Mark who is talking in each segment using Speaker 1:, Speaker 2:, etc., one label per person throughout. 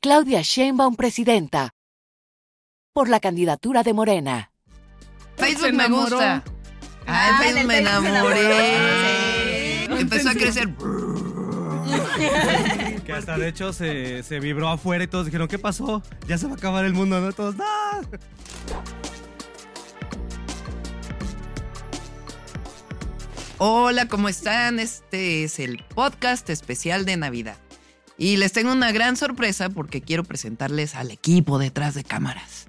Speaker 1: Claudia Sheinbaum, presidenta. Por la candidatura de Morena.
Speaker 2: Facebook
Speaker 3: Se
Speaker 2: me
Speaker 3: enamoró.
Speaker 2: gusta. Ah,
Speaker 4: Ah,
Speaker 2: en
Speaker 4: en
Speaker 2: Facebook
Speaker 4: el
Speaker 2: me
Speaker 4: Facebook se
Speaker 2: enamoré. Empezó a crecer.
Speaker 5: Que hasta de hecho se, se vibró afuera y todos dijeron, ¿qué pasó? Ya se va a acabar el mundo, ¿no? Todos, ¡no!
Speaker 2: Hola, ¿cómo están? Este es el podcast especial de Navidad. Y les tengo una gran sorpresa porque quiero presentarles al equipo detrás de cámaras.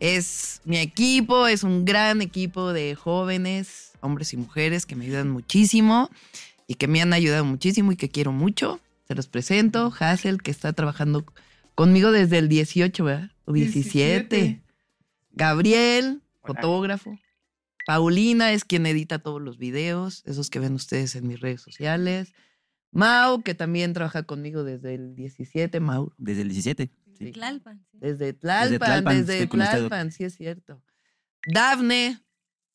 Speaker 2: Es mi equipo, es un gran equipo de jóvenes, hombres y mujeres que me ayudan muchísimo y que me han ayudado muchísimo y que quiero mucho. Se los presento, Hazel, que está trabajando conmigo desde el 18, ¿verdad? O 17.
Speaker 3: 17.
Speaker 2: Gabriel, fotógrafo. Paulina es quien edita todos los videos, esos que ven ustedes en mis redes sociales. Mau, que también trabaja conmigo desde el 17, Mauro.
Speaker 6: Desde el 17. sí.
Speaker 4: Tlalpan, sí.
Speaker 2: Desde Tlalpan,
Speaker 6: Tlalpan,
Speaker 2: desde
Speaker 6: estoy con usted, doc.
Speaker 2: Tlalpan, sí es cierto. Dafne,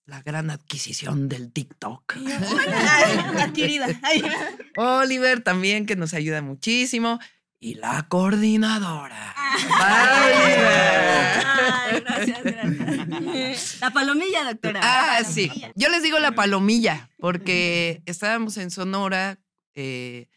Speaker 2: la gran adquisición del TikTok.
Speaker 4: Ay, Adquirida. Ay.
Speaker 2: Oliver también, que nos ayuda muchísimo. Y la coordinadora.
Speaker 7: Ah,
Speaker 2: Paulina.
Speaker 4: Ay, gracias, gracias. La palomilla, doctora.
Speaker 2: Ah,
Speaker 4: La
Speaker 2: sí.
Speaker 4: palomilla.
Speaker 2: Yo les digo la palomilla, porque estábamos en Sonora. eh,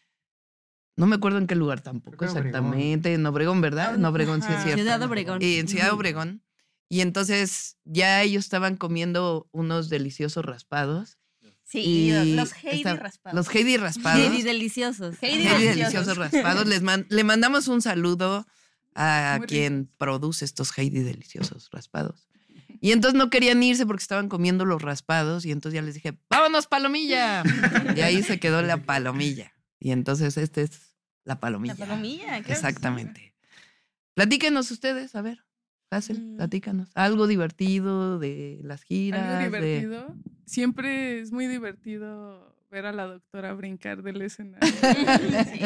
Speaker 2: no me acuerdo en qué lugar tampoco
Speaker 3: Creo que en Obregón.
Speaker 2: exactamente. En Obregón, ¿verdad? En Obregón, sí es
Speaker 4: Ah, Ajá.
Speaker 2: cierto.
Speaker 4: Ciudad Obregón.
Speaker 2: Y en Ciudad Obregón. Y entonces ya ellos estaban comiendo unos deliciosos raspados.
Speaker 7: Sí,
Speaker 2: y
Speaker 7: y los Heidi
Speaker 2: estaban-
Speaker 7: raspados.
Speaker 2: Los Heidi raspados.
Speaker 4: Y deliciosos.
Speaker 2: Heidi
Speaker 7: Heidi
Speaker 2: deliciosos
Speaker 7: deliciosos.
Speaker 2: raspados. Les man- le mandamos un saludo a
Speaker 3: Muy
Speaker 2: quien produce estos Heidi deliciosos raspados. Y entonces no querían irse porque estaban comiendo los raspados y entonces ya les dije, vámonos palomilla. Y ahí se quedó la palomilla. Y entonces esta es la palomilla.
Speaker 7: La palomilla, claro.
Speaker 2: Exactamente. Platíquenos ustedes, a ver. Hazel,
Speaker 7: Mm.
Speaker 2: platícanos. Algo divertido de las giras.
Speaker 3: Algo
Speaker 2: de-
Speaker 3: divertido. Siempre es muy divertido ver a la doctora brincar del escenario.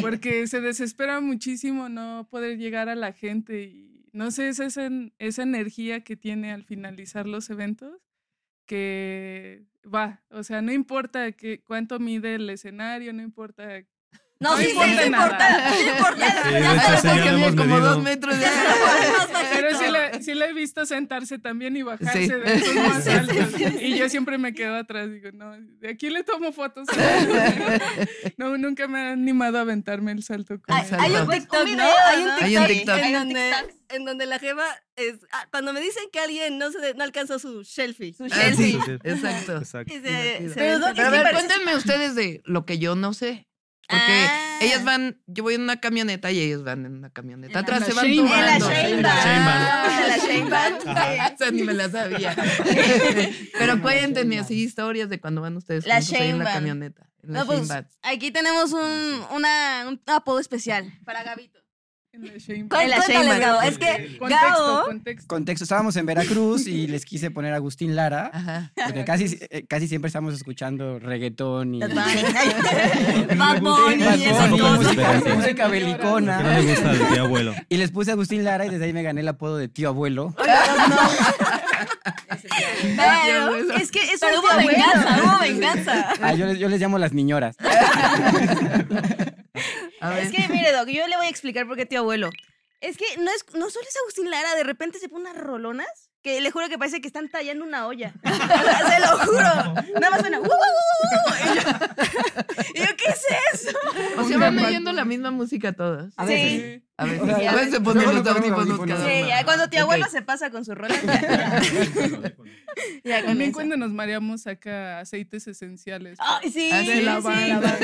Speaker 3: porque se desespera muchísimo no poder llegar a la gente y no sé, es esa, en- esa energía que tiene al finalizar los eventos que va, o sea, no importa que, cuánto mide el escenario, no importa.
Speaker 7: No,
Speaker 3: No
Speaker 7: sí, sí,
Speaker 3: importa nada.
Speaker 7: sí, importa. Sí, importa.
Speaker 5: Sí,
Speaker 7: Ya
Speaker 5: de
Speaker 7: se
Speaker 5: hecho,
Speaker 7: lo
Speaker 5: sí, ya lo
Speaker 2: Porque mide
Speaker 5: hemos
Speaker 2: como
Speaker 5: medido.
Speaker 2: dos metros de
Speaker 7: Ya se lo ponen más bajito.
Speaker 3: Pero sí la, sí la he visto sentarse también y bajarse
Speaker 2: Sí.
Speaker 3: de esos más
Speaker 2: Sí, sí,
Speaker 3: altos. Y yo siempre me quedo atrás, digo, no, de aquí le tomo fotos. no, nunca me ha animado a aventarme el salto. con
Speaker 4: Hay,
Speaker 3: ella.
Speaker 4: hay un
Speaker 2: Exacto.
Speaker 4: TikTok,
Speaker 7: Un
Speaker 4: ¿no?
Speaker 7: video,
Speaker 4: Hay un
Speaker 7: ¿no?
Speaker 4: TikTok,
Speaker 2: Hay un TikTok.
Speaker 7: Hay
Speaker 4: En,
Speaker 7: un
Speaker 4: donde,
Speaker 7: TikTok.
Speaker 4: en donde la jeva es... ah, cuando me dicen que alguien no, se, de- no alcanzó su selfie.
Speaker 7: Su
Speaker 2: Ah,
Speaker 7: Heidi.
Speaker 2: sí,
Speaker 5: Sí, sí, sí.
Speaker 2: Exacto.
Speaker 5: Exacto.
Speaker 4: y se- se
Speaker 7: Pero,
Speaker 4: ven-
Speaker 2: Pero
Speaker 7: doc,
Speaker 2: a
Speaker 7: Sí,
Speaker 2: ver,
Speaker 7: parece-
Speaker 2: cuéntenme ustedes de lo que yo no sé. Porque
Speaker 7: Ah.
Speaker 2: ellas van, yo voy en una camioneta y ellas van en una camioneta.
Speaker 7: En
Speaker 2: Atrás
Speaker 3: la
Speaker 2: se van
Speaker 3: Shane Van.
Speaker 2: tomando.
Speaker 7: En la
Speaker 3: Shane
Speaker 5: Van.
Speaker 7: Shane Van. La Shane Van.
Speaker 5: Ajá.
Speaker 2: Esa ni me la sabía. Pero cuéntenme así historias de cuando van ustedes
Speaker 7: La
Speaker 2: juntos ahí en
Speaker 7: Shane
Speaker 2: la
Speaker 7: Van.
Speaker 2: camioneta. En la
Speaker 7: No, pues,
Speaker 2: Shane Van.
Speaker 7: Aquí tenemos un, una, un apodo especial para Gabito.
Speaker 3: En la Shane
Speaker 7: Cué-
Speaker 3: Park.
Speaker 7: En la Cuéntales, Sheinbaum. Gabo. Es que
Speaker 3: Contexto,
Speaker 7: Gabo...
Speaker 3: contexto.
Speaker 8: Contexto, estábamos en Veracruz y les quise poner a Agustín Lara,
Speaker 2: Ajá.
Speaker 8: porque casi, eh, casi siempre estamos escuchando reggaetón y...
Speaker 4: Bad Bunny y esas
Speaker 8: Bunny,
Speaker 4: cosas.
Speaker 8: música-
Speaker 5: Sí.
Speaker 8: música belicona.
Speaker 5: Que no le gusta de mi abuelo.
Speaker 8: Y les puse a Agustín Lara y desde ahí me gané el apodo de tío abuelo.
Speaker 7: Pero es que es un
Speaker 4: Pero hubo
Speaker 7: tío
Speaker 4: venganza,
Speaker 7: abuelo.
Speaker 4: hubo venganza.
Speaker 8: Ah, yo, les, yo les llamo las niñoras.
Speaker 2: A ver.
Speaker 7: Es que, mire, Doc, yo le voy a explicar por qué tío abuelo. Es que no, es, no solo es Agustín Lara, de repente se pone unas rolonas que le juro que parece que están tallando una olla. O sea, se lo juro. Nada más suena. "Uh, uh, uh, uh", y yo- Y yo, ¿qué es eso?
Speaker 2: O sea, van oyendo la misma música todos.
Speaker 8: A
Speaker 7: Sí.
Speaker 8: veces.
Speaker 2: A ver,
Speaker 8: O sea,
Speaker 2: a veces se
Speaker 8: luego
Speaker 2: ponen
Speaker 8: nos
Speaker 2: los
Speaker 8: ponemos
Speaker 2: audífonos
Speaker 8: audífonos.
Speaker 2: cada
Speaker 7: Sí,
Speaker 2: uno.
Speaker 7: ya cuando tío
Speaker 2: Ah, Ok.
Speaker 7: abuelo se pasa con sus rolas, ya, ya con
Speaker 3: También
Speaker 7: eso.
Speaker 3: cuando nos mareamos saca aceites esenciales.
Speaker 7: Ay, sí,
Speaker 2: Ah, sí,
Speaker 7: sí,
Speaker 2: la
Speaker 7: sí.
Speaker 2: banda.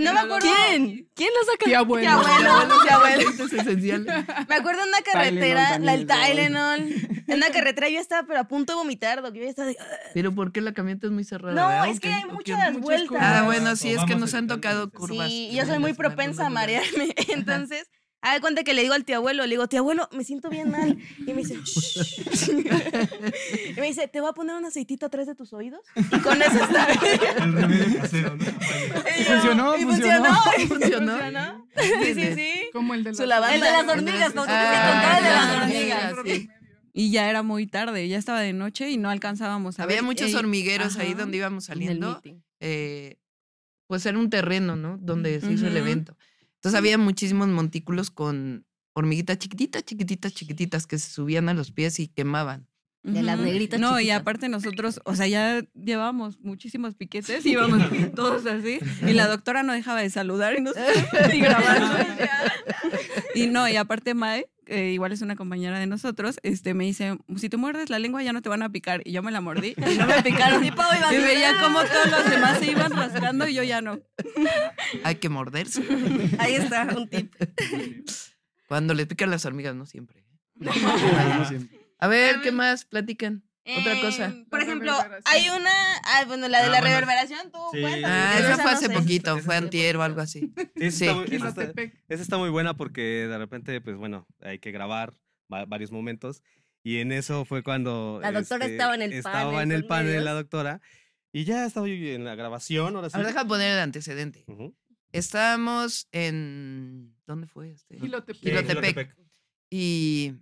Speaker 7: No me acuerdo.
Speaker 4: ¿Quién? ¿Quién lo saca?
Speaker 3: Tía abuelo.
Speaker 7: Tía abuelo.
Speaker 2: Los abuelos y abuelitos esenciales.
Speaker 7: Me acuerdo en una carretera,
Speaker 8: Tylenol
Speaker 7: la, el
Speaker 8: también,
Speaker 7: Tylenol. En una carretera yo estaba, pero a punto de vomitar, Doc. Yo ya estaba de,
Speaker 2: Pero ¿por qué la camioneta es muy cerrada?
Speaker 7: No,
Speaker 2: verdad?
Speaker 7: es que
Speaker 2: Ok,
Speaker 7: hay
Speaker 2: ok.
Speaker 7: muchas
Speaker 3: muchas
Speaker 7: vueltas.
Speaker 3: curvas.
Speaker 2: Ah, bueno, sí, es que
Speaker 5: Vamos
Speaker 2: nos han
Speaker 5: evitando
Speaker 2: tocado
Speaker 5: los
Speaker 2: curvas.
Speaker 7: Sí, yo soy muy
Speaker 2: en algunos
Speaker 7: propensa a
Speaker 2: lugares.
Speaker 7: marearme. Entonces, haga cuenta que le digo al tío abuelo, le digo, tío abuelo, me siento bien mal. Y me dice, "Shh". Y me dice, ¿te voy a poner un aceitito atrás de tus oídos? Y con eso está bien.
Speaker 5: El remedio casero, ¿no?
Speaker 7: Y yo,
Speaker 8: Funcionó,
Speaker 7: y
Speaker 8: funcionó.
Speaker 7: y
Speaker 2: Funcionó.
Speaker 7: funcionó. Sí, sí, sí.
Speaker 3: Como el de
Speaker 7: Su
Speaker 3: la
Speaker 7: lavanda.
Speaker 4: El de las hormigas,
Speaker 7: ¿no?
Speaker 4: ¿no?
Speaker 7: Sí,
Speaker 2: Ah,
Speaker 4: el de las
Speaker 2: las hormigas,
Speaker 4: hormigas.
Speaker 2: sí.
Speaker 7: Y ya era
Speaker 4: Muy tarde, ya estaba de noche y no alcanzábamos a ver.
Speaker 2: Había muchos
Speaker 4: Ey,
Speaker 2: hormigueros ahí
Speaker 4: ajá,
Speaker 2: donde íbamos
Speaker 4: en el
Speaker 2: saliendo.
Speaker 4: meeting.
Speaker 2: eh, pues era un terreno, ¿no? Donde se hizo el
Speaker 7: Ujú.
Speaker 2: evento. Entonces había muchísimos montículos con hormiguitas chiquititas, chiquititas, chiquititas que se subían a los pies y quemaban.
Speaker 4: De las
Speaker 6: Ujú.
Speaker 4: negritas
Speaker 6: No, y
Speaker 4: chiquitas.
Speaker 6: aparte nosotros, o sea, ya llevábamos muchísimos piquetes, íbamos todos así. Y la doctora no dejaba de saludar y nos y grabar. y no, y aparte Mae, que igual es una compañera de nosotros, este me dice, si tú muerdes la lengua ya no te van a picar. Y yo me la mordí y no me picaron. y veía cómo todos los demás se iban rascando y yo ya no.
Speaker 2: Hay que morderse.
Speaker 4: Ahí está, un tip.
Speaker 2: Cuando les pican las hormigas, no siempre. ¿eh?
Speaker 8: No siempre.
Speaker 2: A ver, ¿qué más platican? Otra
Speaker 7: Eh,
Speaker 2: cosa.
Speaker 7: Por
Speaker 3: La
Speaker 7: ejemplo,
Speaker 3: reverberación.
Speaker 7: hay una. Ah, bueno, la de
Speaker 5: Ah,
Speaker 7: la
Speaker 5: bueno.
Speaker 7: reverberación, tú.
Speaker 5: Sí.
Speaker 7: cuéntame,
Speaker 2: Ah,
Speaker 7: porque
Speaker 2: esa
Speaker 7: esa
Speaker 2: fue
Speaker 7: no
Speaker 2: hace
Speaker 7: sé.
Speaker 2: poquito, fue
Speaker 5: Sí.
Speaker 2: antier o algo así.
Speaker 5: Esa
Speaker 2: Sí.
Speaker 5: está, muy- esa está-
Speaker 3: Quilotepec.
Speaker 5: esa está muy buena porque de repente, pues bueno, hay que grabar va- varios momentos. Y en eso fue cuando... este,
Speaker 4: La doctora estaba en el
Speaker 5: Estaba
Speaker 4: panel
Speaker 5: en el
Speaker 4: con
Speaker 5: panel
Speaker 4: medios.
Speaker 5: la doctora. Y ya estaba yo en la grabación, ahora sí.
Speaker 2: Ahora deja poner el antecedente.
Speaker 5: Ujú.
Speaker 2: Estábamos en... ¿Dónde fue este?
Speaker 3: Quilotepec.
Speaker 5: Sí,
Speaker 2: Quilotepec. Y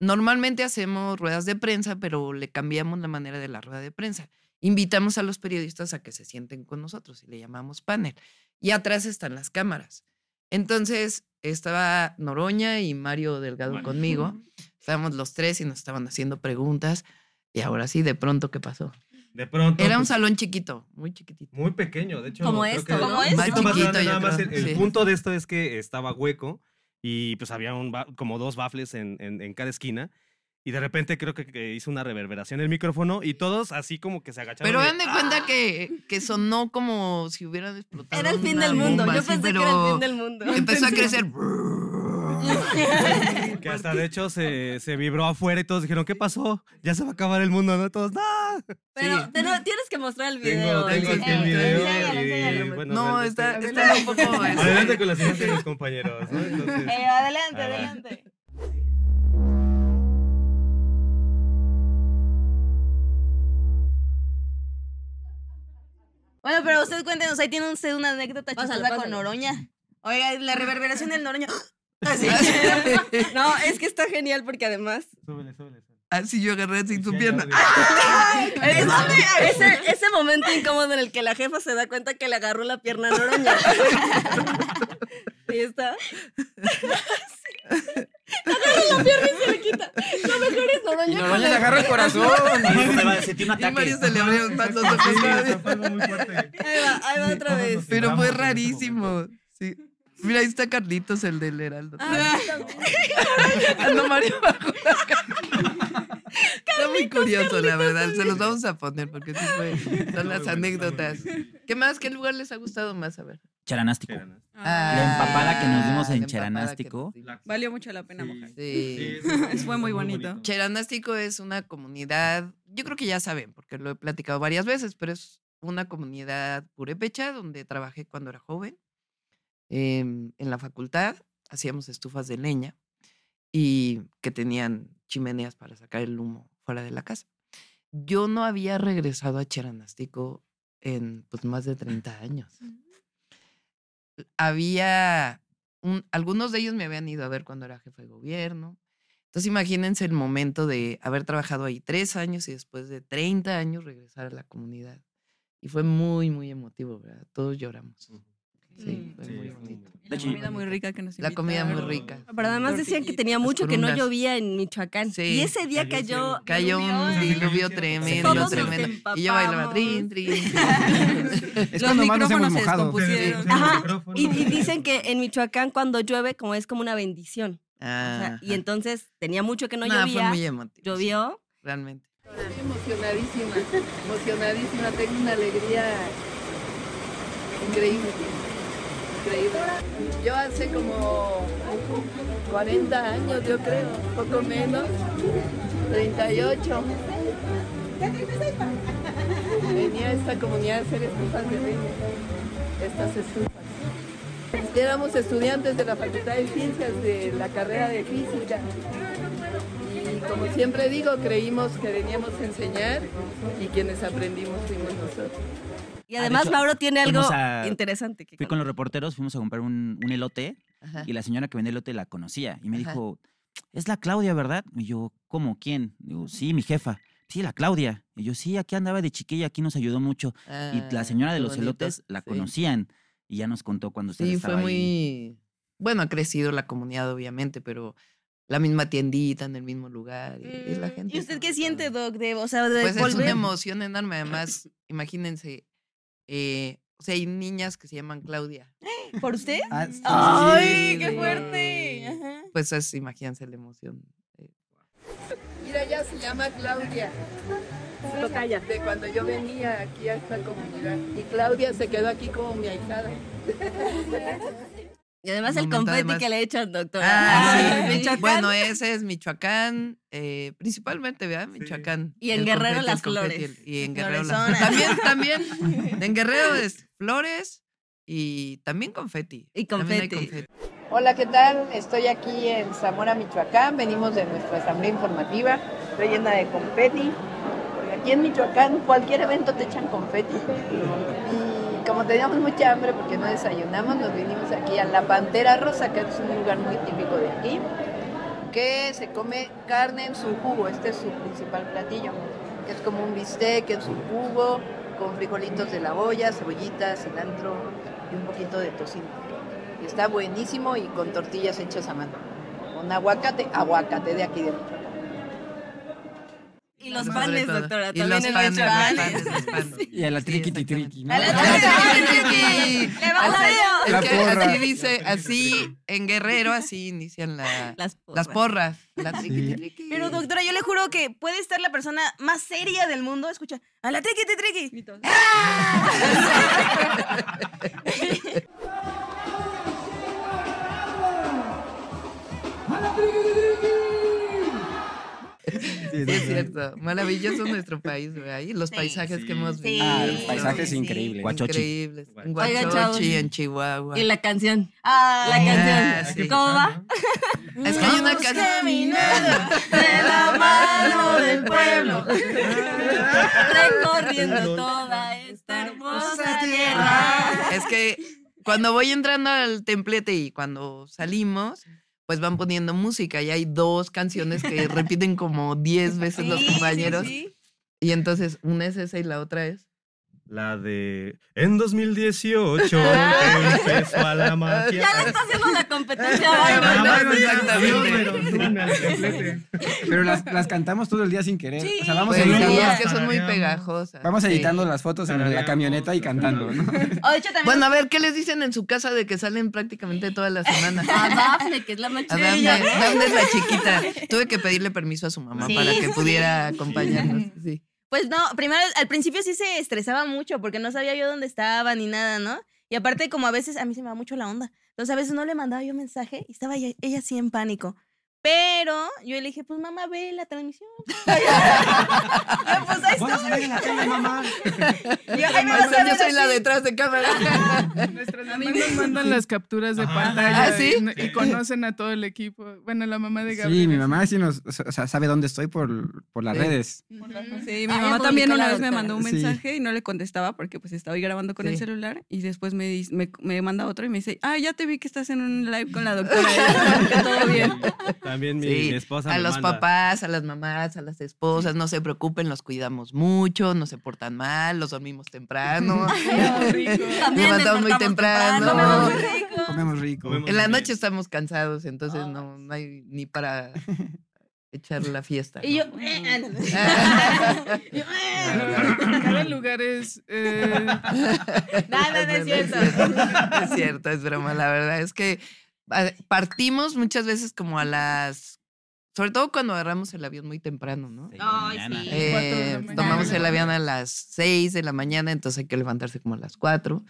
Speaker 2: normalmente hacemos ruedas de prensa, pero le cambiamos la manera de la rueda de prensa. Invitamos a los periodistas a que se sienten con nosotros y le llamamos panel. Y atrás están las cámaras. Entonces estaba Noroña y Mario Delgado conmigo. Estábamos los tres y nos estaban haciendo preguntas. Y ahora sí, de pronto, ¿qué pasó?
Speaker 5: De pronto...
Speaker 2: Era un
Speaker 5: pues,
Speaker 2: salón chiquito, muy chiquitito.
Speaker 5: Muy pequeño, de hecho.
Speaker 4: Como
Speaker 5: creo
Speaker 4: esto,
Speaker 5: que-
Speaker 4: ¿no?
Speaker 7: Como
Speaker 5: Más
Speaker 7: esto.
Speaker 5: más
Speaker 2: Chiquito,
Speaker 5: grande,
Speaker 2: yo
Speaker 5: nada más
Speaker 2: creo,
Speaker 5: el, el
Speaker 2: sí.
Speaker 5: punto de esto es que estaba hueco y pues había un ba- como dos bafles en, en- en cada esquina. Y de repente creo que, que hizo una reverberación el micrófono y todos así como que se agacharon.
Speaker 2: Pero
Speaker 5: y-
Speaker 2: dan de cuenta que, que sonó como si hubieran explotado.
Speaker 4: Era el fin
Speaker 2: una
Speaker 4: del mundo.
Speaker 2: bomba,
Speaker 4: Yo
Speaker 2: sí,
Speaker 4: pensé que era el fin del mundo.
Speaker 2: pero Empezó a crecer.
Speaker 5: Que hasta de hecho se, se vibró afuera y todos dijeron, ¿qué pasó? Ya se va a acabar el mundo, ¿no? Todos, ¡no!
Speaker 4: Pero
Speaker 2: Sí.
Speaker 4: te- no, tienes que mostrar el video.
Speaker 5: tengo
Speaker 4: Sí.
Speaker 5: aquí el
Speaker 7: Eh,
Speaker 5: video.
Speaker 7: enséñalo,
Speaker 5: y,
Speaker 7: enséñalo. pues.
Speaker 5: bueno,
Speaker 2: No,
Speaker 5: realmente-
Speaker 2: está,
Speaker 3: Adelante.
Speaker 2: está un poco. este,
Speaker 5: Adelante con las ideas de mis compañeros, ¿no? Entonces,
Speaker 7: Eh, adelante,
Speaker 5: Ah, va.
Speaker 7: adelante. Bueno, pero usted cuéntenos, ahí tiene usted una anécdota
Speaker 4: Pásalo,
Speaker 7: chistosa con
Speaker 4: pásalo.
Speaker 7: Noroña. Oiga, la reverberación del Noroña. Ah,
Speaker 4: Así. No, es que está genial porque además.
Speaker 5: súbele, súbele. súbele.
Speaker 2: Así Ah, yo agarré sin tu
Speaker 5: Ya, ya,
Speaker 2: pierna.
Speaker 5: ya.
Speaker 4: Es ese, ese momento incómodo en el que la jefa se da cuenta que le agarró la pierna a Noroña. Ahí está.
Speaker 8: Y Noroña le agarra el corazón.
Speaker 9: Sentí un
Speaker 2: Y Mario
Speaker 9: ataque.
Speaker 2: se le abrieron tantos ojos.
Speaker 5: Sí, eso fue algo muy fuerte.
Speaker 4: Ahí va, ahí va otra vez.
Speaker 2: Pero
Speaker 5: Vamos
Speaker 2: fue
Speaker 5: en este
Speaker 2: rarísimo. Sí. Mira, ahí está Carlitos, el del Heraldo.
Speaker 4: Ah, está
Speaker 2: Ando Mario bajo la cama. Está muy curioso, la verdad. Se los vamos a poner porque sí fue- son las anécdotas. ¿Qué más? ¿Qué lugar les ha gustado más? A ver.
Speaker 9: Charanástico.
Speaker 2: Ah,
Speaker 9: La empapada que nos dimos en
Speaker 2: la empapada que
Speaker 9: Cheranástico.
Speaker 2: nos dimos.
Speaker 6: Valió mucho la pena,
Speaker 5: Sí.
Speaker 6: mojar.
Speaker 2: Sí.
Speaker 5: eso
Speaker 6: Fue muy bonito.
Speaker 2: Cheranástico es una comunidad, yo creo que ya saben, porque lo he platicado varias veces, pero es una comunidad purépecha donde trabajé cuando era joven. Em, en la facultad hacíamos estufas de leña y que tenían chimeneas para sacar el humo fuera de la casa. Yo no había regresado a Cheranástico en pues, más de 30 años. Había, un- algunos de ellos me habían ido a ver cuando era jefe de gobierno. Entonces imagínense el momento de haber trabajado ahí tres años y después de 30 años regresar a la comunidad. Y fue muy, muy emotivo, ¿verdad? Todos lloramos. Sí,
Speaker 6: Mm.
Speaker 2: fue
Speaker 5: Sí, fue
Speaker 2: muy
Speaker 5: muy
Speaker 2: bonito.
Speaker 5: bonito.
Speaker 6: La
Speaker 9: Sí.
Speaker 6: comida muy rica que nos
Speaker 2: La comida muy
Speaker 6: invitaron.
Speaker 2: rica.
Speaker 4: Pero además decían que tenía mucho que no llovía en Michoacán.
Speaker 2: Sí.
Speaker 4: y ese día
Speaker 5: Cayó
Speaker 2: Cayó
Speaker 4: cayó.
Speaker 2: un
Speaker 4: diluvio y
Speaker 2: diluvio tremendo,
Speaker 4: Todos nos
Speaker 2: tremendo. Y yo bailaba
Speaker 4: empapamos.
Speaker 2: trin, trin.
Speaker 8: Es
Speaker 6: Los
Speaker 8: cuando más nos hemos
Speaker 6: micrófonos se
Speaker 8: mojado.
Speaker 6: descompusieron.
Speaker 5: Sí, sí, sí.
Speaker 4: Ajá.
Speaker 5: micrófono.
Speaker 4: Y, y dicen que en Michoacán cuando llueve como es como una bendición. O sea,
Speaker 2: Ah,
Speaker 4: y entonces tenía mucho que no
Speaker 2: nada, fue
Speaker 4: llovía.
Speaker 2: muy emotivo. sí,
Speaker 4: Llovió.
Speaker 2: Realmente.
Speaker 10: Estoy emocionadísima, emocionadísima, tengo una alegría increíble, increíble. Yo hace como 40 años, yo creo, poco menos, 38, venía a esta comunidad a hacer estufas de leña, estas estufas. Éramos estudiantes de la Facultad de Ciencias de la carrera de Física. Y como siempre digo, creímos que veníamos a enseñar y quienes aprendimos fuimos nosotros.
Speaker 4: Y
Speaker 9: Ah, de
Speaker 4: además
Speaker 9: hecho,
Speaker 4: Mauro tiene algo
Speaker 9: fuimos a-
Speaker 4: interesante que
Speaker 9: Fui con los reporteros, fuimos a comprar un, un elote
Speaker 2: Ajá.
Speaker 9: y la señora que vende elote la conocía y me
Speaker 2: Ajá.
Speaker 9: dijo, es la Claudia, ¿verdad? Y yo, ¿cómo? ¿Quién? Digo, sí, mi jefa. Sí, la Claudia. Y yo, sí, aquí andaba de chiquilla, aquí nos ayudó mucho. Y
Speaker 2: Ah,
Speaker 9: la señora de
Speaker 2: qué
Speaker 9: los
Speaker 2: bonito,
Speaker 9: elotes la
Speaker 2: sí.
Speaker 9: conocían y ya nos contó cuando usted
Speaker 2: Sí,
Speaker 9: estaba
Speaker 2: fue muy.
Speaker 9: ahí.
Speaker 2: bueno, ha crecido la comunidad, obviamente, pero la misma tiendita en el mismo lugar. Y, y la gente.
Speaker 7: Mm, ¿Y usted qué siente, Doc? De, o sea, de
Speaker 2: Pues es
Speaker 7: volver-
Speaker 2: una emoción enorme. Además, imagínense, eh, o sea, hay niñas que se llaman Claudia.
Speaker 7: ¿Por usted?
Speaker 2: Ah, sí.
Speaker 7: ¡Ay,
Speaker 2: Sí,
Speaker 7: qué
Speaker 2: güey.
Speaker 7: fuerte! Ajá.
Speaker 2: Pues es, imagínense la emoción.
Speaker 10: Mira, ella se llama Claudia. De cuando yo venía aquí a esta comunidad. Y Claudia se quedó aquí como mi ahijada.
Speaker 7: Y además
Speaker 2: el confeti que
Speaker 7: le echan, doctora.
Speaker 2: Ah,
Speaker 7: Ay,
Speaker 2: sí.
Speaker 7: Michoacán.
Speaker 2: Bueno, ese es Michoacán, eh, principalmente, ¿verdad? Michoacán.
Speaker 7: Y en
Speaker 2: El
Speaker 7: Guerrero
Speaker 2: confeti,
Speaker 7: las
Speaker 2: el confeti,
Speaker 7: flores.
Speaker 2: el- Y en Guerrero las flores.
Speaker 7: Florezonas.
Speaker 2: También, también. En Guerrero es flores y también confeti.
Speaker 7: Y
Speaker 2: También hay
Speaker 7: confeti.
Speaker 11: Hola, ¿qué tal? Estoy aquí en Zamora, Michoacán. Venimos de nuestra asamblea informativa rellena de confeti. Porque Aquí en Michoacán cualquier evento te echan confeti. Y como teníamos mucha hambre porque no desayunamos, nos vinimos aquí a La Pantera Rosa, que es un lugar muy típico de aquí, que se come carne en su jugo. Este es su principal platillo, que es como un bistec en su jugo, con frijolitos de la olla, cebollitas, cilantro y un poquito de tocino. Y Está buenísimo y con tortillas hechas a mano. Con aguacate, aguacate de aquí de Michoacán.
Speaker 7: Y los
Speaker 2: Sobre
Speaker 7: panes,
Speaker 2: todo.
Speaker 7: doctora.
Speaker 2: Y
Speaker 7: también
Speaker 2: los
Speaker 7: el
Speaker 2: panes, los
Speaker 7: panes.
Speaker 2: panes, los panes.
Speaker 8: Y a la triqui triqui, ¿no?
Speaker 7: A la triqui.
Speaker 2: Así-
Speaker 7: Le vamos a
Speaker 2: es
Speaker 8: La
Speaker 2: que
Speaker 8: porra.
Speaker 2: así dice, así en Guerrero, así inician la- las, porras. las la triqui, triqui.
Speaker 7: Pero doctora, yo le juro que puede estar la persona más seria del mundo. Escucha, a la triqui, triqui, triqui.
Speaker 2: Sí, es cierto. Maravilloso nuestro país, ¿verdad? Y los paisajes que hemos visto.
Speaker 8: Ah, los paisajes increíbles. Guachochi.
Speaker 2: Increíbles. En
Speaker 7: Oiga, chavos.
Speaker 2: Guachochi, en Chihuahua.
Speaker 7: Y la canción. Ah, la
Speaker 2: Ah,
Speaker 7: canción.
Speaker 2: sí.
Speaker 7: ¿Cómo va?
Speaker 2: Es que hay una
Speaker 7: Vamos
Speaker 2: canción-
Speaker 7: caminando de la mano del pueblo.
Speaker 5: Ah.
Speaker 7: Recorriendo toda esta hermosa tierra.
Speaker 2: Es que cuando voy entrando al templete y cuando salimos, pues van poniendo música y hay dos canciones que repiten como 10 veces los
Speaker 7: Sí, sí,
Speaker 2: compañeros.
Speaker 7: sí.
Speaker 2: Y entonces una es esa y la otra es.
Speaker 5: La de. En 2018 empezó a la magia.
Speaker 7: Ya le está haciendo la competencia a
Speaker 2: Ah,
Speaker 7: Byron.
Speaker 2: bueno,
Speaker 5: ya,
Speaker 2: exactamente.
Speaker 5: Dios, pero súbanme al templete.
Speaker 8: Pero las, las cantamos todo el día sin querer. o sea, vamos
Speaker 2: Pues,
Speaker 8: editando,
Speaker 2: sí, es que son muy
Speaker 5: Tarareamos.
Speaker 2: pegajosas.
Speaker 8: vamos
Speaker 2: sí.
Speaker 8: editando las fotos en la camioneta y cantando, ¿no?
Speaker 7: O de hecho, también
Speaker 2: Bueno, a ver, ¿qué les dicen en su casa de que salen prácticamente toda la semana?
Speaker 7: a Dafne, que es la más
Speaker 2: A
Speaker 7: chida.
Speaker 2: Dafne, Dafne es la chiquita. Tuve que pedirle permiso a su mamá
Speaker 7: Sí,
Speaker 2: para que
Speaker 7: sí.
Speaker 2: pudiera acompañarnos. Sí.
Speaker 7: Pues no, primero al principio sí se estresaba mucho porque no sabía yo dónde estaba ni nada, ¿no? Y aparte como a veces a mí se me va mucho la onda. Entonces a veces no le mandaba yo mensaje y estaba ella, ella así en pánico. Pero yo le dije, pues mamá, ve la transmisión. Yo, pues ahí
Speaker 8: Vamos a ver en la tele, mamá.
Speaker 7: está. Yo, ahí me vas a
Speaker 2: Yo
Speaker 7: ver
Speaker 2: soy la
Speaker 7: así.
Speaker 2: detrás de cámara.
Speaker 3: Nuestras mamás nos mandan las capturas de pantalla
Speaker 2: ¿Ah, sí?
Speaker 3: y, y conocen a todo el equipo. Bueno, la mamá de Gabriel.
Speaker 8: Sí, mi mamá sí nos, o sea, sabe dónde estoy por, por las
Speaker 2: Sí.
Speaker 8: redes.
Speaker 6: Sí, mi
Speaker 7: Ah, ya
Speaker 6: mamá también
Speaker 7: publicó
Speaker 6: una
Speaker 7: la
Speaker 6: vez me
Speaker 7: doctora.
Speaker 6: mandó un
Speaker 8: Sí.
Speaker 6: mensaje y no le contestaba porque pues estaba ahí grabando con el
Speaker 2: Sí.
Speaker 6: celular y después me, dis- me, me manda otro y me dice, ah, ya te vi que estás en un live con la doctora. Y yo, Todo bien.
Speaker 5: También mi,
Speaker 2: Sí,
Speaker 5: mi esposa.
Speaker 2: a
Speaker 5: me
Speaker 2: los
Speaker 5: manda.
Speaker 2: papás, a las mamás, a las esposas, no se preocupen, los cuidamos mucho, no se portan mal, los dormimos temprano,
Speaker 7: También
Speaker 2: Levantamos muy temprano.
Speaker 7: comemos muy rico.
Speaker 8: Comemos rico.
Speaker 5: Comemos
Speaker 2: En la
Speaker 5: bien.
Speaker 2: noche estamos cansados, entonces no, no hay ni para echar la fiesta.
Speaker 7: Y
Speaker 2: ¿no?
Speaker 7: yo, eh, ah, no, no. Yo, eh,
Speaker 3: Cada lugar es... eh,
Speaker 7: no, no, no es cierto.
Speaker 2: Es cierto, es broma. La verdad es que ah, partimos muchas veces como a las. Sobre todo cuando agarramos el avión muy temprano, ¿no?
Speaker 7: Ay, sí.
Speaker 2: Eh,
Speaker 3: Cuatro de la mañana.
Speaker 2: tomamos el avión a las 6 de la mañana, entonces hay que levantarse como a las 4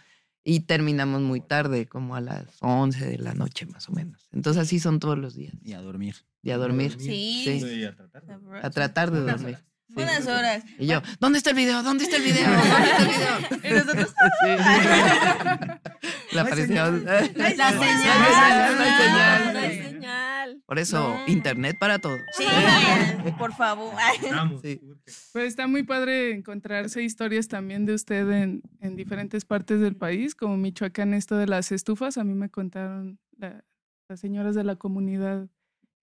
Speaker 2: y terminamos muy tarde, como a las 11 de la noche más o menos. Entonces así son todos los días,
Speaker 9: Y a dormir.
Speaker 2: y a dormir,
Speaker 7: Sí.
Speaker 2: Sí.
Speaker 5: Sí, a tratar.
Speaker 2: a tratar de dormir. Sí.
Speaker 7: Unas horas.
Speaker 2: Y yo, ¿dónde está el video? ¿Dónde está el video? ¿Dónde está el video?
Speaker 7: Y nosotros,
Speaker 2: Sí. La presión.
Speaker 7: la señal.
Speaker 2: No hay
Speaker 7: no hay
Speaker 2: señal, no hay señal.
Speaker 7: señal.
Speaker 2: Por eso,
Speaker 7: No.
Speaker 2: internet para todos.
Speaker 7: Sí, por favor.
Speaker 5: Vamos.
Speaker 2: Sí.
Speaker 3: Pero Pues, está muy padre encontrarse historias también de usted en, en diferentes partes del país, como Michoacán, esto de las estufas. A mí me contaron la- las señoras de la comunidad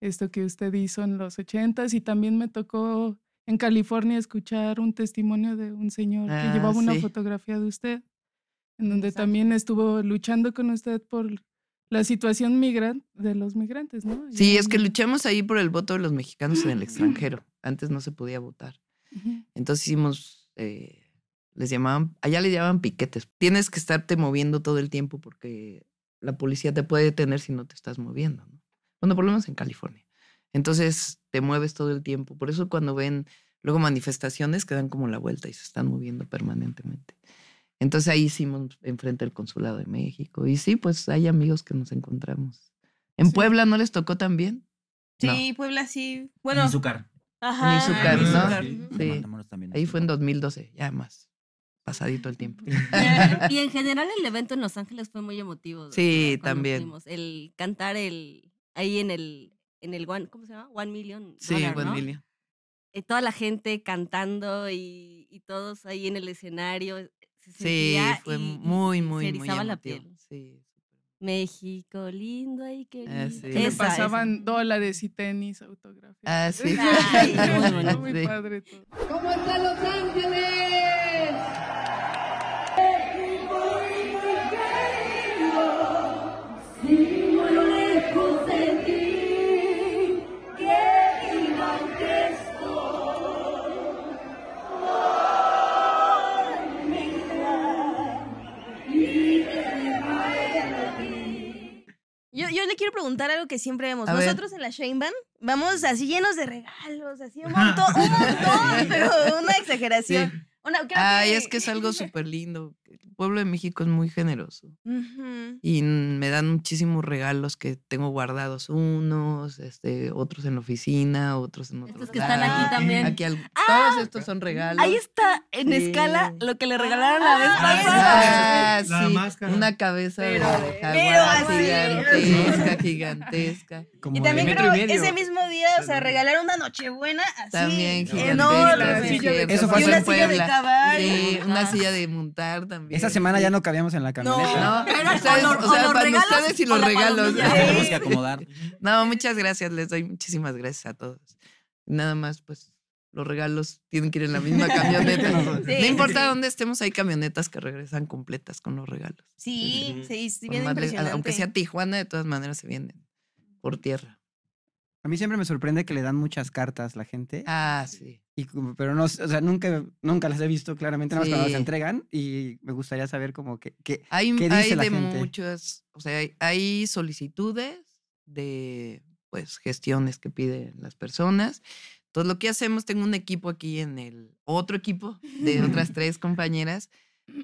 Speaker 3: esto que usted hizo en los ochentas y también me tocó en California escuchar un testimonio de un señor
Speaker 2: Ah,
Speaker 3: que llevaba una
Speaker 2: sí.
Speaker 3: fotografía de usted, en donde también estuvo luchando con usted por la situación migran de los migrantes, ¿no?
Speaker 2: Sí, es que luchamos ahí por el voto de los mexicanos en el extranjero. Antes no se podía votar.
Speaker 3: Ujú.
Speaker 2: Entonces hicimos, eh, les llamaban, allá les llamaban piquetes. Tienes que estarte moviendo todo el tiempo porque la policía te puede detener si no te estás moviendo. ¿no? Bueno, por lo menos en California. Entonces te mueves todo el tiempo. Por eso cuando ven luego manifestaciones que dan como la vuelta y se están moviendo permanentemente. Entonces ahí hicimos enfrente del Consulado de México. Y sí, pues hay amigos que nos encontramos. ¿En Puebla no les tocó tan bien?
Speaker 7: Sí, Puebla sí. Bueno.
Speaker 9: En Izúcar.
Speaker 7: Ajá.
Speaker 2: En Izúcar,
Speaker 9: en
Speaker 2: ¿no?
Speaker 9: Izúcar.
Speaker 2: Sí.
Speaker 9: Mandámonos también
Speaker 8: pues,
Speaker 9: a
Speaker 2: Ahí fue en 2012, ya más. Pasadito el tiempo.
Speaker 7: Y en general el evento en Los Ángeles fue muy emotivo.
Speaker 2: Sí,
Speaker 7: cuando
Speaker 2: también.
Speaker 7: fuimos. El cantar el ahí en el en el one, ¿cómo se llama? One Million.
Speaker 2: Sí,
Speaker 7: Dollar,
Speaker 2: buen
Speaker 7: ¿no?
Speaker 2: Lilia.
Speaker 7: Eh, toda la gente cantando y, y todos ahí en el escenario. se
Speaker 2: Sí,
Speaker 7: sentía
Speaker 2: fue
Speaker 7: y- y-
Speaker 2: muy,
Speaker 7: y
Speaker 2: muy,
Speaker 7: se
Speaker 2: muy
Speaker 7: erizaba la
Speaker 2: emotivo,
Speaker 7: piel.
Speaker 2: Sí.
Speaker 7: México lindo ay qué lindo.
Speaker 2: Ah, sí.
Speaker 3: Que le
Speaker 7: Esa, esa.
Speaker 3: pasaban dólares y tenis autografiados.
Speaker 2: Ah, sí.
Speaker 7: Ay,
Speaker 2: muy
Speaker 3: Estuvo muy
Speaker 2: bonito.
Speaker 3: padre todo.
Speaker 10: ¿Cómo está Los Ángeles?
Speaker 12: Sigo lejos de ti, que viva Cristo. Por mi vida,
Speaker 7: Yo, yo le quiero preguntar algo que siempre vemos.
Speaker 2: A ver.
Speaker 7: Nosotros en la Shane Band vamos así llenos de regalos, así un montón, un montón, pero una exageración. Una, creo
Speaker 2: Ay, Ah, es que es algo súper lindo. El pueblo de México es muy generoso.
Speaker 7: Ujú.
Speaker 2: Y n- me dan muchísimos regalos que tengo guardados unos, este, otros en la oficina, otros en otros.
Speaker 7: Estos que están aquí también.
Speaker 2: Aquí al-
Speaker 7: Ah,
Speaker 2: todos estos son regalos.
Speaker 7: Ahí está en
Speaker 2: Sí.
Speaker 7: escala lo que le regalaron la vez
Speaker 2: Ah,
Speaker 7: pasada.
Speaker 2: sí, Una cabeza
Speaker 7: Pero-
Speaker 2: de
Speaker 7: pero
Speaker 2: jaguar
Speaker 7: así.
Speaker 2: gigantesca, gigantesca.
Speaker 7: Y también creo ese mismo día, o sea, regalaron una nochebuena así.
Speaker 2: También
Speaker 7: enorme.
Speaker 2: gigantesca. sí,
Speaker 7: Silla de
Speaker 2: cierto.
Speaker 8: Eso fue
Speaker 7: y
Speaker 8: hace-
Speaker 7: una
Speaker 8: en
Speaker 7: silla de
Speaker 2: Puebla.
Speaker 7: caballo.
Speaker 2: Sí, una silla de montar también.
Speaker 8: Esa semana ya no cabíamos en la camioneta.
Speaker 2: No,
Speaker 7: Era
Speaker 2: ustedes,
Speaker 7: con
Speaker 2: o
Speaker 7: los-
Speaker 2: sea,
Speaker 7: con los
Speaker 2: para
Speaker 7: regalos
Speaker 2: ustedes y
Speaker 7: o
Speaker 2: los
Speaker 7: la
Speaker 2: regalos.
Speaker 7: palomilla. Sí. Tenemos
Speaker 9: que acomodar.
Speaker 2: No, muchas gracias, les doy muchísimas gracias a todos. Nada más, pues, los regalos tienen que ir en la misma camioneta.
Speaker 7: Sí,
Speaker 2: no importa
Speaker 7: sí.
Speaker 2: dónde estemos, hay camionetas que regresan completas con los regalos.
Speaker 7: Sí, sí, sí,
Speaker 2: Por
Speaker 7: bien
Speaker 2: más le-
Speaker 7: impresionante.
Speaker 2: aunque sea Tijuana, de todas maneras se vienen por tierra.
Speaker 8: A mí siempre me sorprende que le dan muchas cartas la gente.
Speaker 2: Ah, sí.
Speaker 8: Y, como- pero no, sé, o sea, nunca, nunca las he visto claramente, nada más cuando
Speaker 2: Sí.
Speaker 8: las entregan y me gustaría saber como que, que-
Speaker 2: Hay,
Speaker 8: qué dice
Speaker 2: hay
Speaker 8: la
Speaker 2: de
Speaker 8: gente.
Speaker 2: muchas, o sea, hay, hay solicitudes de pues gestiones que piden las personas. Entonces lo que hacemos, tengo un equipo aquí en el otro equipo de otras tres compañeras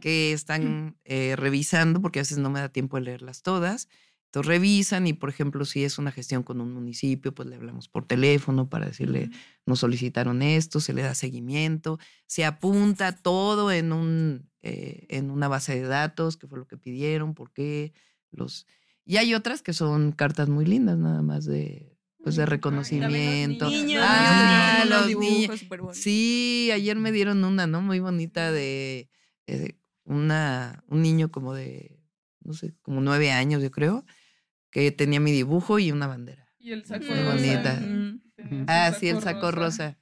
Speaker 2: que están eh, revisando, porque a veces no me da tiempo de leerlas todas. Entonces revisan y, por ejemplo, si es una gestión con un municipio, pues le hablamos por teléfono para decirle, nos solicitaron esto, se le da seguimiento, se apunta todo en, un, eh, en una base de datos, qué fue lo que pidieron, por qué, los... Y hay otras que son cartas muy lindas, nada más de, pues,
Speaker 3: Ah,
Speaker 2: de reconocimiento.
Speaker 7: niños.
Speaker 2: Ah,
Speaker 7: Los niños,
Speaker 2: los
Speaker 7: los
Speaker 2: niños.
Speaker 7: dibujos, súper bonitos.
Speaker 2: Sí, ayer me dieron una, ¿no? Muy bonita de eh, una, un niño como de, no sé, como nueve años, yo creo, que tenía mi dibujo y una bandera.
Speaker 3: Y el saco
Speaker 2: Muy
Speaker 3: rosa.
Speaker 2: bonita.
Speaker 3: Tenía su
Speaker 2: Ah, sí, el saco rosa.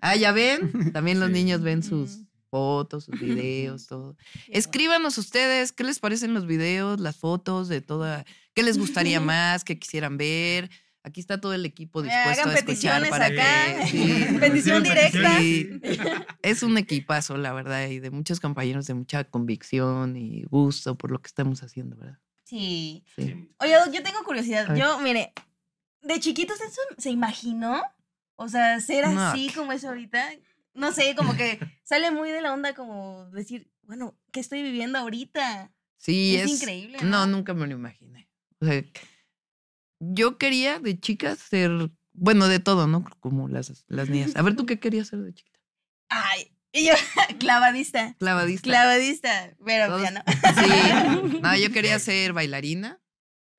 Speaker 2: Ah, ya ven, también los niños ven sus fotos, sus videos, todo. Escríbanos ustedes qué les parecen los videos, las fotos de toda, qué les gustaría más, qué quisieran ver. Aquí está todo el equipo
Speaker 7: Eh,
Speaker 2: dispuesto
Speaker 7: hagan
Speaker 2: a escuchar
Speaker 7: peticiones
Speaker 2: para
Speaker 7: acá.
Speaker 2: que- sí.
Speaker 7: Petición directa.
Speaker 2: Sí. Es un equipazo, la verdad, y de muchos compañeros de mucha convicción y gusto por lo que estamos haciendo, ¿verdad?
Speaker 7: Sí.
Speaker 2: Sí.
Speaker 7: Oye, Doc, yo tengo curiosidad.
Speaker 2: A ver.
Speaker 7: Yo, mire, de chiquitos eso se imaginó. O sea, ser
Speaker 2: No.
Speaker 7: así como es ahorita. No sé, como que sale muy de la onda como decir, bueno, ¿qué estoy viviendo ahorita?
Speaker 2: Sí,
Speaker 7: Es
Speaker 2: es,
Speaker 7: increíble,
Speaker 2: No, nunca me lo imaginé. O sea, yo quería de chica ser, bueno, de todo, ¿no? Como las, las niñas. A ver, ¿tú qué querías ser de chiquita?
Speaker 7: Ay, y yo, clavadista.
Speaker 2: Clavadista.
Speaker 7: Clavadista, pero pues ya no.
Speaker 2: Sí. No, yo quería ser bailarina.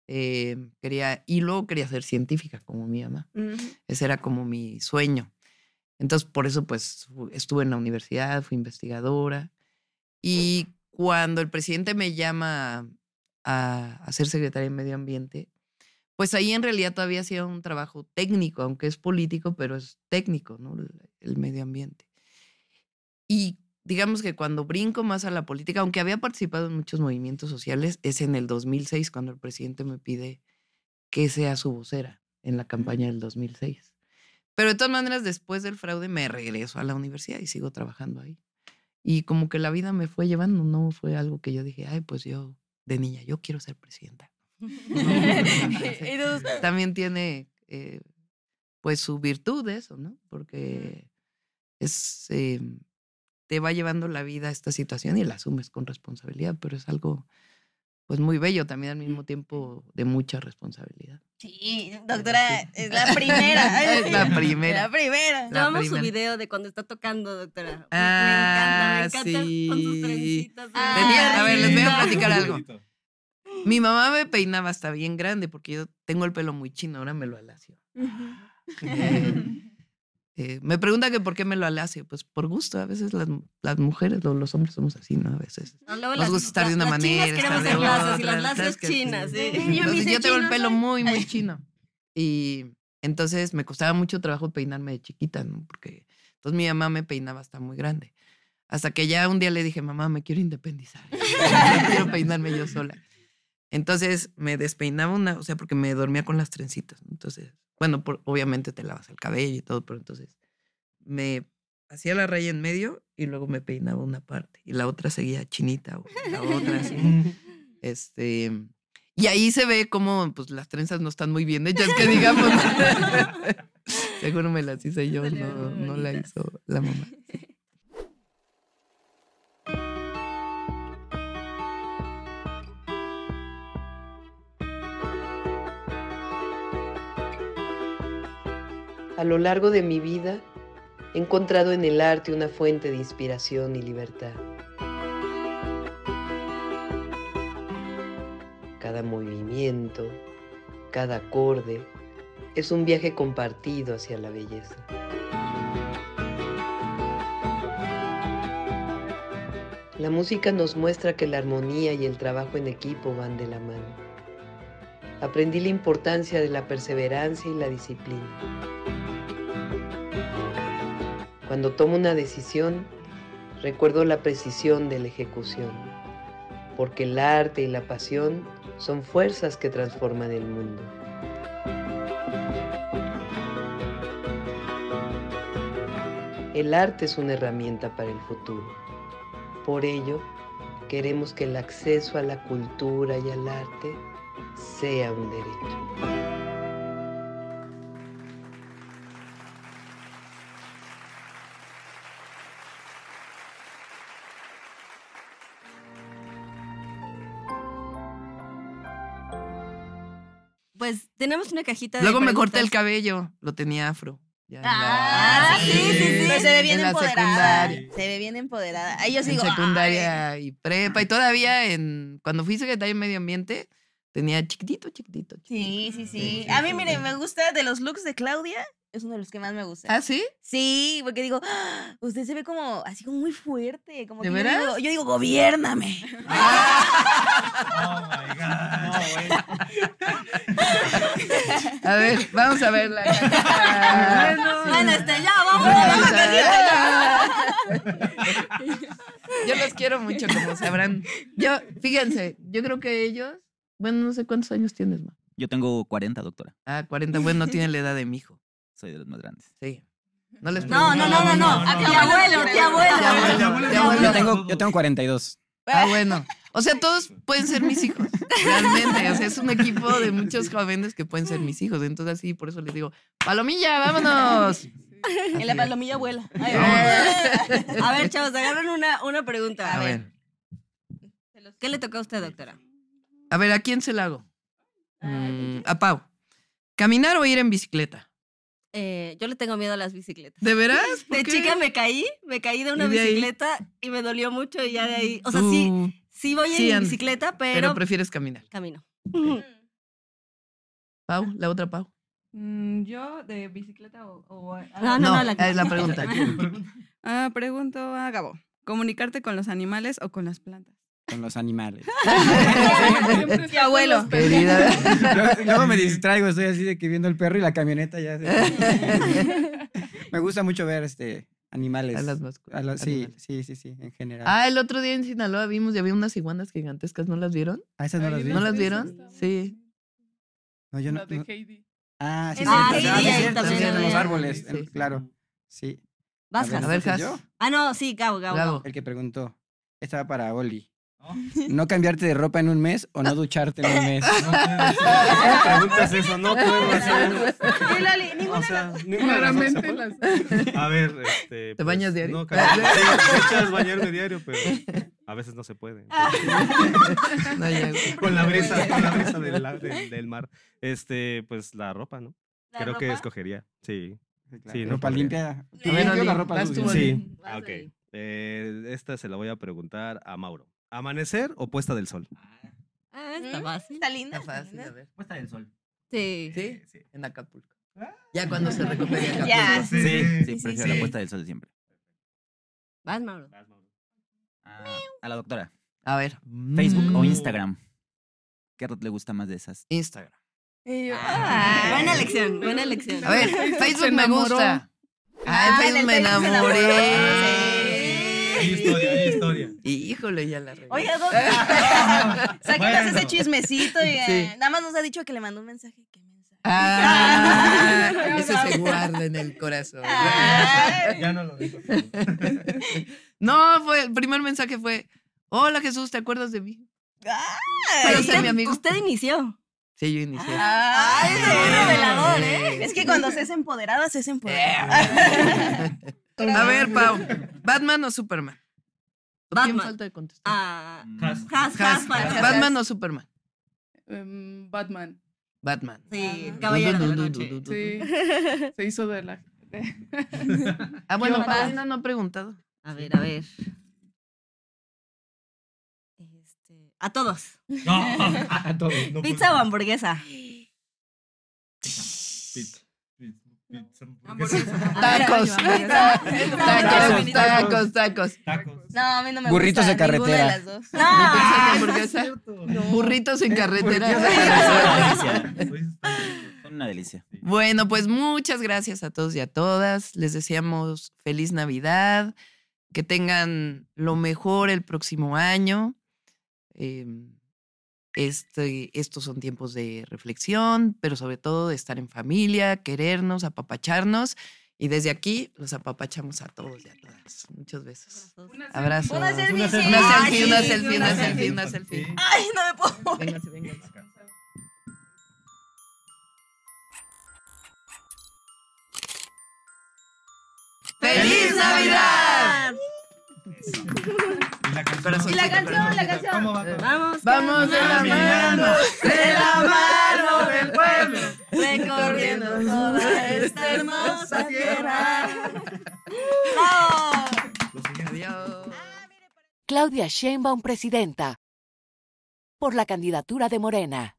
Speaker 2: eh, quería, y luego quería ser científica, como mi mamá. Ese era como mi sueño. Entonces, por eso, pues, fu- estuve en la universidad, fui investigadora. Y cuando el presidente me llama a, a ser secretaria de Medio Ambiente, pues ahí en realidad todavía hacía un trabajo técnico, aunque es político, pero es técnico, ¿no? El- el medio ambiente. Y digamos que cuando brinco más a la política, aunque había participado en muchos movimientos sociales, es en el 2006 cuando el presidente me pide que sea su vocera en la campaña del 2006. Pero de todas maneras, después del fraude me regreso a la universidad y sigo trabajando ahí. Y como que la vida me fue llevando, no fue algo que yo dije, ay, pues yo de niña, yo quiero ser presidenta.
Speaker 4: Eros-
Speaker 2: También tiene eh, pues su virtud eso, ¿no? Porque es, eh, te va llevando la vida a esta situación y la asumes con responsabilidad, pero es algo pues muy bello también al mismo tiempo de mucha responsabilidad.
Speaker 4: Sí, doctora, es la primera.
Speaker 2: Es la primera.
Speaker 4: La primera.
Speaker 2: La
Speaker 4: Tomamos su
Speaker 2: primera.
Speaker 4: video de cuando está tocando, doctora. Me-
Speaker 2: Ah,
Speaker 4: me encanta, me encanta con sus
Speaker 2: sí.
Speaker 4: trencitas.
Speaker 6: Ah,
Speaker 2: Tenía- a ver, les voy a
Speaker 4: Ay,
Speaker 2: platicar algo. Mi mamá me peinaba hasta bien grande porque yo tengo el pelo muy chino, ahora me lo alacio. Eh, eh, me pregunta que por qué me lo alacio. Pues por gusto, a veces las, las mujeres, lo- los hombres somos así, ¿no? A veces.
Speaker 4: No, luego
Speaker 2: Nos
Speaker 4: las-
Speaker 2: gusta estar de una
Speaker 4: las chinas
Speaker 2: manera.
Speaker 4: queremos
Speaker 2: estar de
Speaker 4: ser lazos y
Speaker 2: otra,
Speaker 4: las lazos
Speaker 2: estás que-
Speaker 4: chinas, sí. Yo me
Speaker 2: Entonces,
Speaker 4: hice
Speaker 2: yo tengo el
Speaker 4: chino,
Speaker 2: pelo
Speaker 4: soy.
Speaker 2: muy, muy chino. Y entonces me costaba mucho trabajo peinarme de chiquita, ¿no? Porque entonces mi mamá me peinaba hasta muy grande. Hasta que ya un día le dije, mamá, me quiero independizar. quiero peinarme yo sola. Entonces me despeinaba una, o sea, porque me dormía con las trencitas. ¿no? Entonces, bueno, por- obviamente te lavas el cabello y todo, pero entonces me hacía la raya en medio y luego me peinaba una parte y la otra seguía chinita o la otra así. este, y ahí se ve cómo pues, las trenzas no están muy bien hechas, que digamos. Seguro me las hice yo, no, no la hizo la mamá.
Speaker 11: A lo largo de mi vida he encontrado en el arte una fuente de inspiración y libertad. Cada movimiento, cada acorde es un viaje compartido hacia la belleza. La música nos muestra que la armonía y el trabajo en equipo van de la mano. Aprendí la importancia de la perseverancia y la disciplina. Cuando tomo una decisión, recuerdo la precisión de la ejecución, porque el arte y la pasión son fuerzas que transforman el mundo. El arte es una herramienta para el futuro. Por ello, queremos que el acceso a la cultura y al arte sea un derecho.
Speaker 4: Pues tenemos una cajita de
Speaker 2: Luego me corté el
Speaker 4: preguntas.
Speaker 2: cabello, lo tenía afro. ya en
Speaker 4: Ah,
Speaker 2: la-
Speaker 4: sí, sí, sí.
Speaker 7: Pero se ve bien
Speaker 2: en la
Speaker 7: empoderada.
Speaker 2: secundaria.
Speaker 7: Se ve bien empoderada. Ahí yo
Speaker 2: en
Speaker 7: sigo.
Speaker 2: secundaria y prepa. Y todavía en cuando fui secretaria de Medio Ambiente, tenía chiquitito, chiquitito.
Speaker 7: Sí, sí, sí. A mí, mire, me gusta de los looks de Claudia. Es uno de los que más me gusta.
Speaker 2: ¿Ah, sí?
Speaker 7: Sí, porque digo, "Ah, usted se ve como así como muy fuerte. Como
Speaker 2: ¿De
Speaker 7: que yo
Speaker 2: veras?
Speaker 7: digo- Yo digo, gobiername. Ah.
Speaker 2: A ver, vamos a verla. Ah,
Speaker 4: Bueno, este, ya, vamos a la cajita.
Speaker 2: Yo los quiero mucho, como sabrán. Yo, fíjense, yo creo que ellos, bueno, no sé cuántos años tienes, ma.
Speaker 9: Yo tengo 40, doctora.
Speaker 2: Ah, 40, bueno, no tienen la edad de mi hijo.
Speaker 9: Soy de los más grandes.
Speaker 2: Sí. No les
Speaker 4: No, no, no, no, no. A mi abuelo, mi abuelo.
Speaker 7: Ah,
Speaker 8: Yo tengo, yo tengo 42.
Speaker 2: Ah, bueno. O sea, todos pueden ser mis hijos. Realmente. O sea, es un equipo de muchos jóvenes que pueden ser mis hijos. Entonces, así, por eso les digo, Palomilla, vámonos.
Speaker 4: En la palomilla abuela. Ay,
Speaker 2: Vámonos.
Speaker 4: A ver, chavos, agarran una, una pregunta.
Speaker 2: A
Speaker 4: A ver.
Speaker 2: ver,
Speaker 4: ¿Qué le toca a usted, doctora?
Speaker 2: a ver, ¿a quién se la hago? Mm, a Pau. ¿Caminar o ir en bicicleta?
Speaker 4: Eh, yo le tengo miedo a las bicicletas.
Speaker 2: ¿De veras? ¿Por
Speaker 4: De
Speaker 2: qué?
Speaker 4: chica me caí, me caí de una
Speaker 2: ¿Y de ahí?
Speaker 4: bicicleta y me dolió mucho y ya de ahí. O sea,
Speaker 2: Tú-
Speaker 4: sí, sí voy
Speaker 2: sí
Speaker 4: en
Speaker 2: andas,
Speaker 4: bicicleta,
Speaker 2: Pero,
Speaker 4: pero,
Speaker 2: prefieres caminar.
Speaker 4: camino.
Speaker 2: Pau, la otra Pau.
Speaker 6: Mm, Yo de bicicleta o... o a-
Speaker 4: Ah, No, no, no, la-
Speaker 2: es la pregunta.
Speaker 6: Ah, pregunto a Gabo. ¿Comunicarte con los animales o con las plantas?
Speaker 8: Con los animales.
Speaker 6: Mi abuelo.
Speaker 8: Luego- Luego me distraigo, estoy así de que viendo el perro y la camioneta ya. se- me gusta mucho ver este Animales.
Speaker 2: A las
Speaker 8: A la- sí, sí, sí, sí, en general.
Speaker 2: Ah, el otro día en Sinaloa vimos y había unas iguanas gigantescas, ¿no las vieron?
Speaker 8: Ah, esas no Ay, las vi.
Speaker 2: ¿No las
Speaker 8: esas
Speaker 2: vieron? Sí.
Speaker 8: No, yo no-
Speaker 3: La de
Speaker 8: no-
Speaker 3: Heidi.
Speaker 8: Ah, sí,
Speaker 2: En
Speaker 8: sí,
Speaker 2: el
Speaker 8: ah, sí,
Speaker 2: Heidi
Speaker 8: ah, sí,
Speaker 2: ahí
Speaker 8: cierto,
Speaker 2: también
Speaker 8: sí, en los
Speaker 2: había.
Speaker 8: árboles, en-
Speaker 2: Sí.
Speaker 8: claro. Sí.
Speaker 4: Vas, Has.
Speaker 8: ¿no
Speaker 4: A ver,
Speaker 8: soy
Speaker 4: Has.
Speaker 8: yo?
Speaker 4: Ah, no, sí, Gabo, Gabo. Gabo.
Speaker 8: El que preguntó. Estaba para Oli.
Speaker 2: Oh.
Speaker 8: ¿No cambiarte de ropa en un mes o no ducharte en un mes?
Speaker 5: ¿Cómo preguntas eso? No puedo hacer.
Speaker 7: Sí, Loli, ninguna
Speaker 5: O sea, ninguna de las dos se
Speaker 3: Claramente
Speaker 5: puede.
Speaker 3: las.
Speaker 5: A ver, este.
Speaker 2: ¿Te bañas diario?
Speaker 5: No, cabrón. Sí, me echas bañarme diario, pero a veces no se puede.
Speaker 2: No llego.
Speaker 5: con la brisa, con la brisa del, la- del- del mar. Este, pues la ropa, ¿no?
Speaker 4: ¿La
Speaker 5: Creo que
Speaker 4: ropa?
Speaker 5: escogería. Sí.
Speaker 8: claro.
Speaker 5: sí
Speaker 8: Ropa
Speaker 5: podría.
Speaker 8: limpia.
Speaker 5: Sí,
Speaker 8: Tú limpio,
Speaker 5: Oli,
Speaker 8: la ropa
Speaker 5: vas
Speaker 8: sucia.
Speaker 5: tú, Oli. Sí.
Speaker 4: Vas,
Speaker 5: Ah, ok.
Speaker 4: Oli.
Speaker 5: Eh, esta se la voy a preguntar a Mauro. ¿Amanecer o puesta del sol?
Speaker 4: Ah, está
Speaker 7: Mm,
Speaker 4: fácil.
Speaker 7: Está linda.
Speaker 2: Está fácil,
Speaker 7: linda.
Speaker 2: a ver.
Speaker 9: Puesta del sol.
Speaker 4: Sí.
Speaker 2: Sí, en Acapulco. Ya cuando
Speaker 4: Ah.
Speaker 2: se recupere Acapulco.
Speaker 7: Ya.
Speaker 9: Sí, sí,
Speaker 4: sí,
Speaker 9: prefiero
Speaker 4: sí.
Speaker 9: la puesta del sol de siempre.
Speaker 4: Vas, Mauro.
Speaker 9: Ah, a la doctora.
Speaker 2: A ver.
Speaker 9: Facebook o
Speaker 2: Mm.
Speaker 9: Instagram. ¿Qué red le gusta más de esas?
Speaker 2: Instagram.
Speaker 7: Y yo,
Speaker 4: Ah,
Speaker 7: ay.
Speaker 4: buena elección, buena elección.
Speaker 2: A ver,
Speaker 3: se
Speaker 2: Facebook me
Speaker 3: enamoró.
Speaker 2: gusta. Ah,
Speaker 7: Ah,
Speaker 2: en
Speaker 7: en el
Speaker 2: Facebook me
Speaker 7: Facebook se
Speaker 5: Ah,
Speaker 2: enamoré.
Speaker 5: Hay historia, hay historia.
Speaker 2: Y, Híjole, ya la regué.
Speaker 7: Oiga, doctor. Sáquenos
Speaker 2: Bueno.
Speaker 7: ese chismecito y eh,
Speaker 2: Sí.
Speaker 7: nada más nos ha dicho que le mandó un mensaje. ¿Qué mensaje?
Speaker 2: Ah, ese se guarda en el corazón.
Speaker 7: Ah. Ay.
Speaker 5: Ya no lo digo.
Speaker 2: No, fue el primer mensaje fue, "Hola Jesús, ¿te acuerdas de mí?"
Speaker 7: Pero
Speaker 2: Pero sé mi
Speaker 7: usted-
Speaker 2: amigo.
Speaker 4: Usted inició.
Speaker 2: Sí, yo inicié.
Speaker 7: Ay,
Speaker 4: Ay,
Speaker 7: es
Speaker 2: sí.
Speaker 7: un Ah, revelador, ¿eh?
Speaker 2: Sí.
Speaker 7: Es que cuando se es empoderada, se es empoderada.
Speaker 2: A ver, Pau, ¿Batman o Superman? ¿Quién
Speaker 4: Batman.
Speaker 2: falta de contestar?
Speaker 4: Ah,
Speaker 6: Mm.
Speaker 5: Has.
Speaker 4: Has, Has, para
Speaker 2: Has.
Speaker 4: Has.
Speaker 2: ¿Batman o Superman?
Speaker 3: Em, Batman.
Speaker 2: Batman.
Speaker 4: Sí, caballero de la noche.
Speaker 3: Sí. Se hizo de la.
Speaker 2: Ah, bueno,
Speaker 3: Yo,
Speaker 2: Paulina no ha preguntado.
Speaker 4: A ver, a ver. Este, a todos.
Speaker 5: No, a todos. no puedo.
Speaker 4: Pizza o hamburguesa.
Speaker 5: Pizza. Pizza. Pizza.
Speaker 2: Ah, Tacos. Tacos, tacos, tacos.
Speaker 5: Tacos.
Speaker 7: No, a mí no me
Speaker 8: Burritos
Speaker 7: gusta
Speaker 8: de carretera.
Speaker 7: ninguna de las dos.
Speaker 2: ¿Hamburguesa
Speaker 4: No.
Speaker 2: de hamburguesa? Eh, Burritos en
Speaker 9: Una
Speaker 2: carretera.
Speaker 9: delicia. Son una delicia.
Speaker 2: Bueno, pues muchas gracias a todos y a todas. Les deseamos feliz Navidad, que tengan lo mejor el próximo año. Eh, este, estos son tiempos de reflexión, pero sobre todo de estar en familia, querernos, apapacharnos. Y desde aquí los apapachamos a todos y a todas. Muchos besos. Abrazos.
Speaker 7: Una selfie,
Speaker 5: Una
Speaker 7: sí.
Speaker 5: selfie.
Speaker 2: Una
Speaker 7: Ay,
Speaker 2: selfie, una
Speaker 7: sí,
Speaker 2: selfie, una selfie,
Speaker 5: una
Speaker 2: una selfie.
Speaker 5: selfie.
Speaker 7: Ay, no me puedo mover.
Speaker 2: Vénganse, vénganse. ¡Feliz Navidad!
Speaker 5: Y la canción.
Speaker 2: Corazoncito,
Speaker 7: Y la canción, la canción.
Speaker 5: ¿Cómo va?
Speaker 4: Vamos,
Speaker 2: Vamos de la mano, de la mano del pueblo.
Speaker 4: recorriendo toda esta hermosa tierra.
Speaker 7: No.
Speaker 2: Adiós.
Speaker 1: Claudia Sheinbaum, presidenta. Por la candidatura de Morena.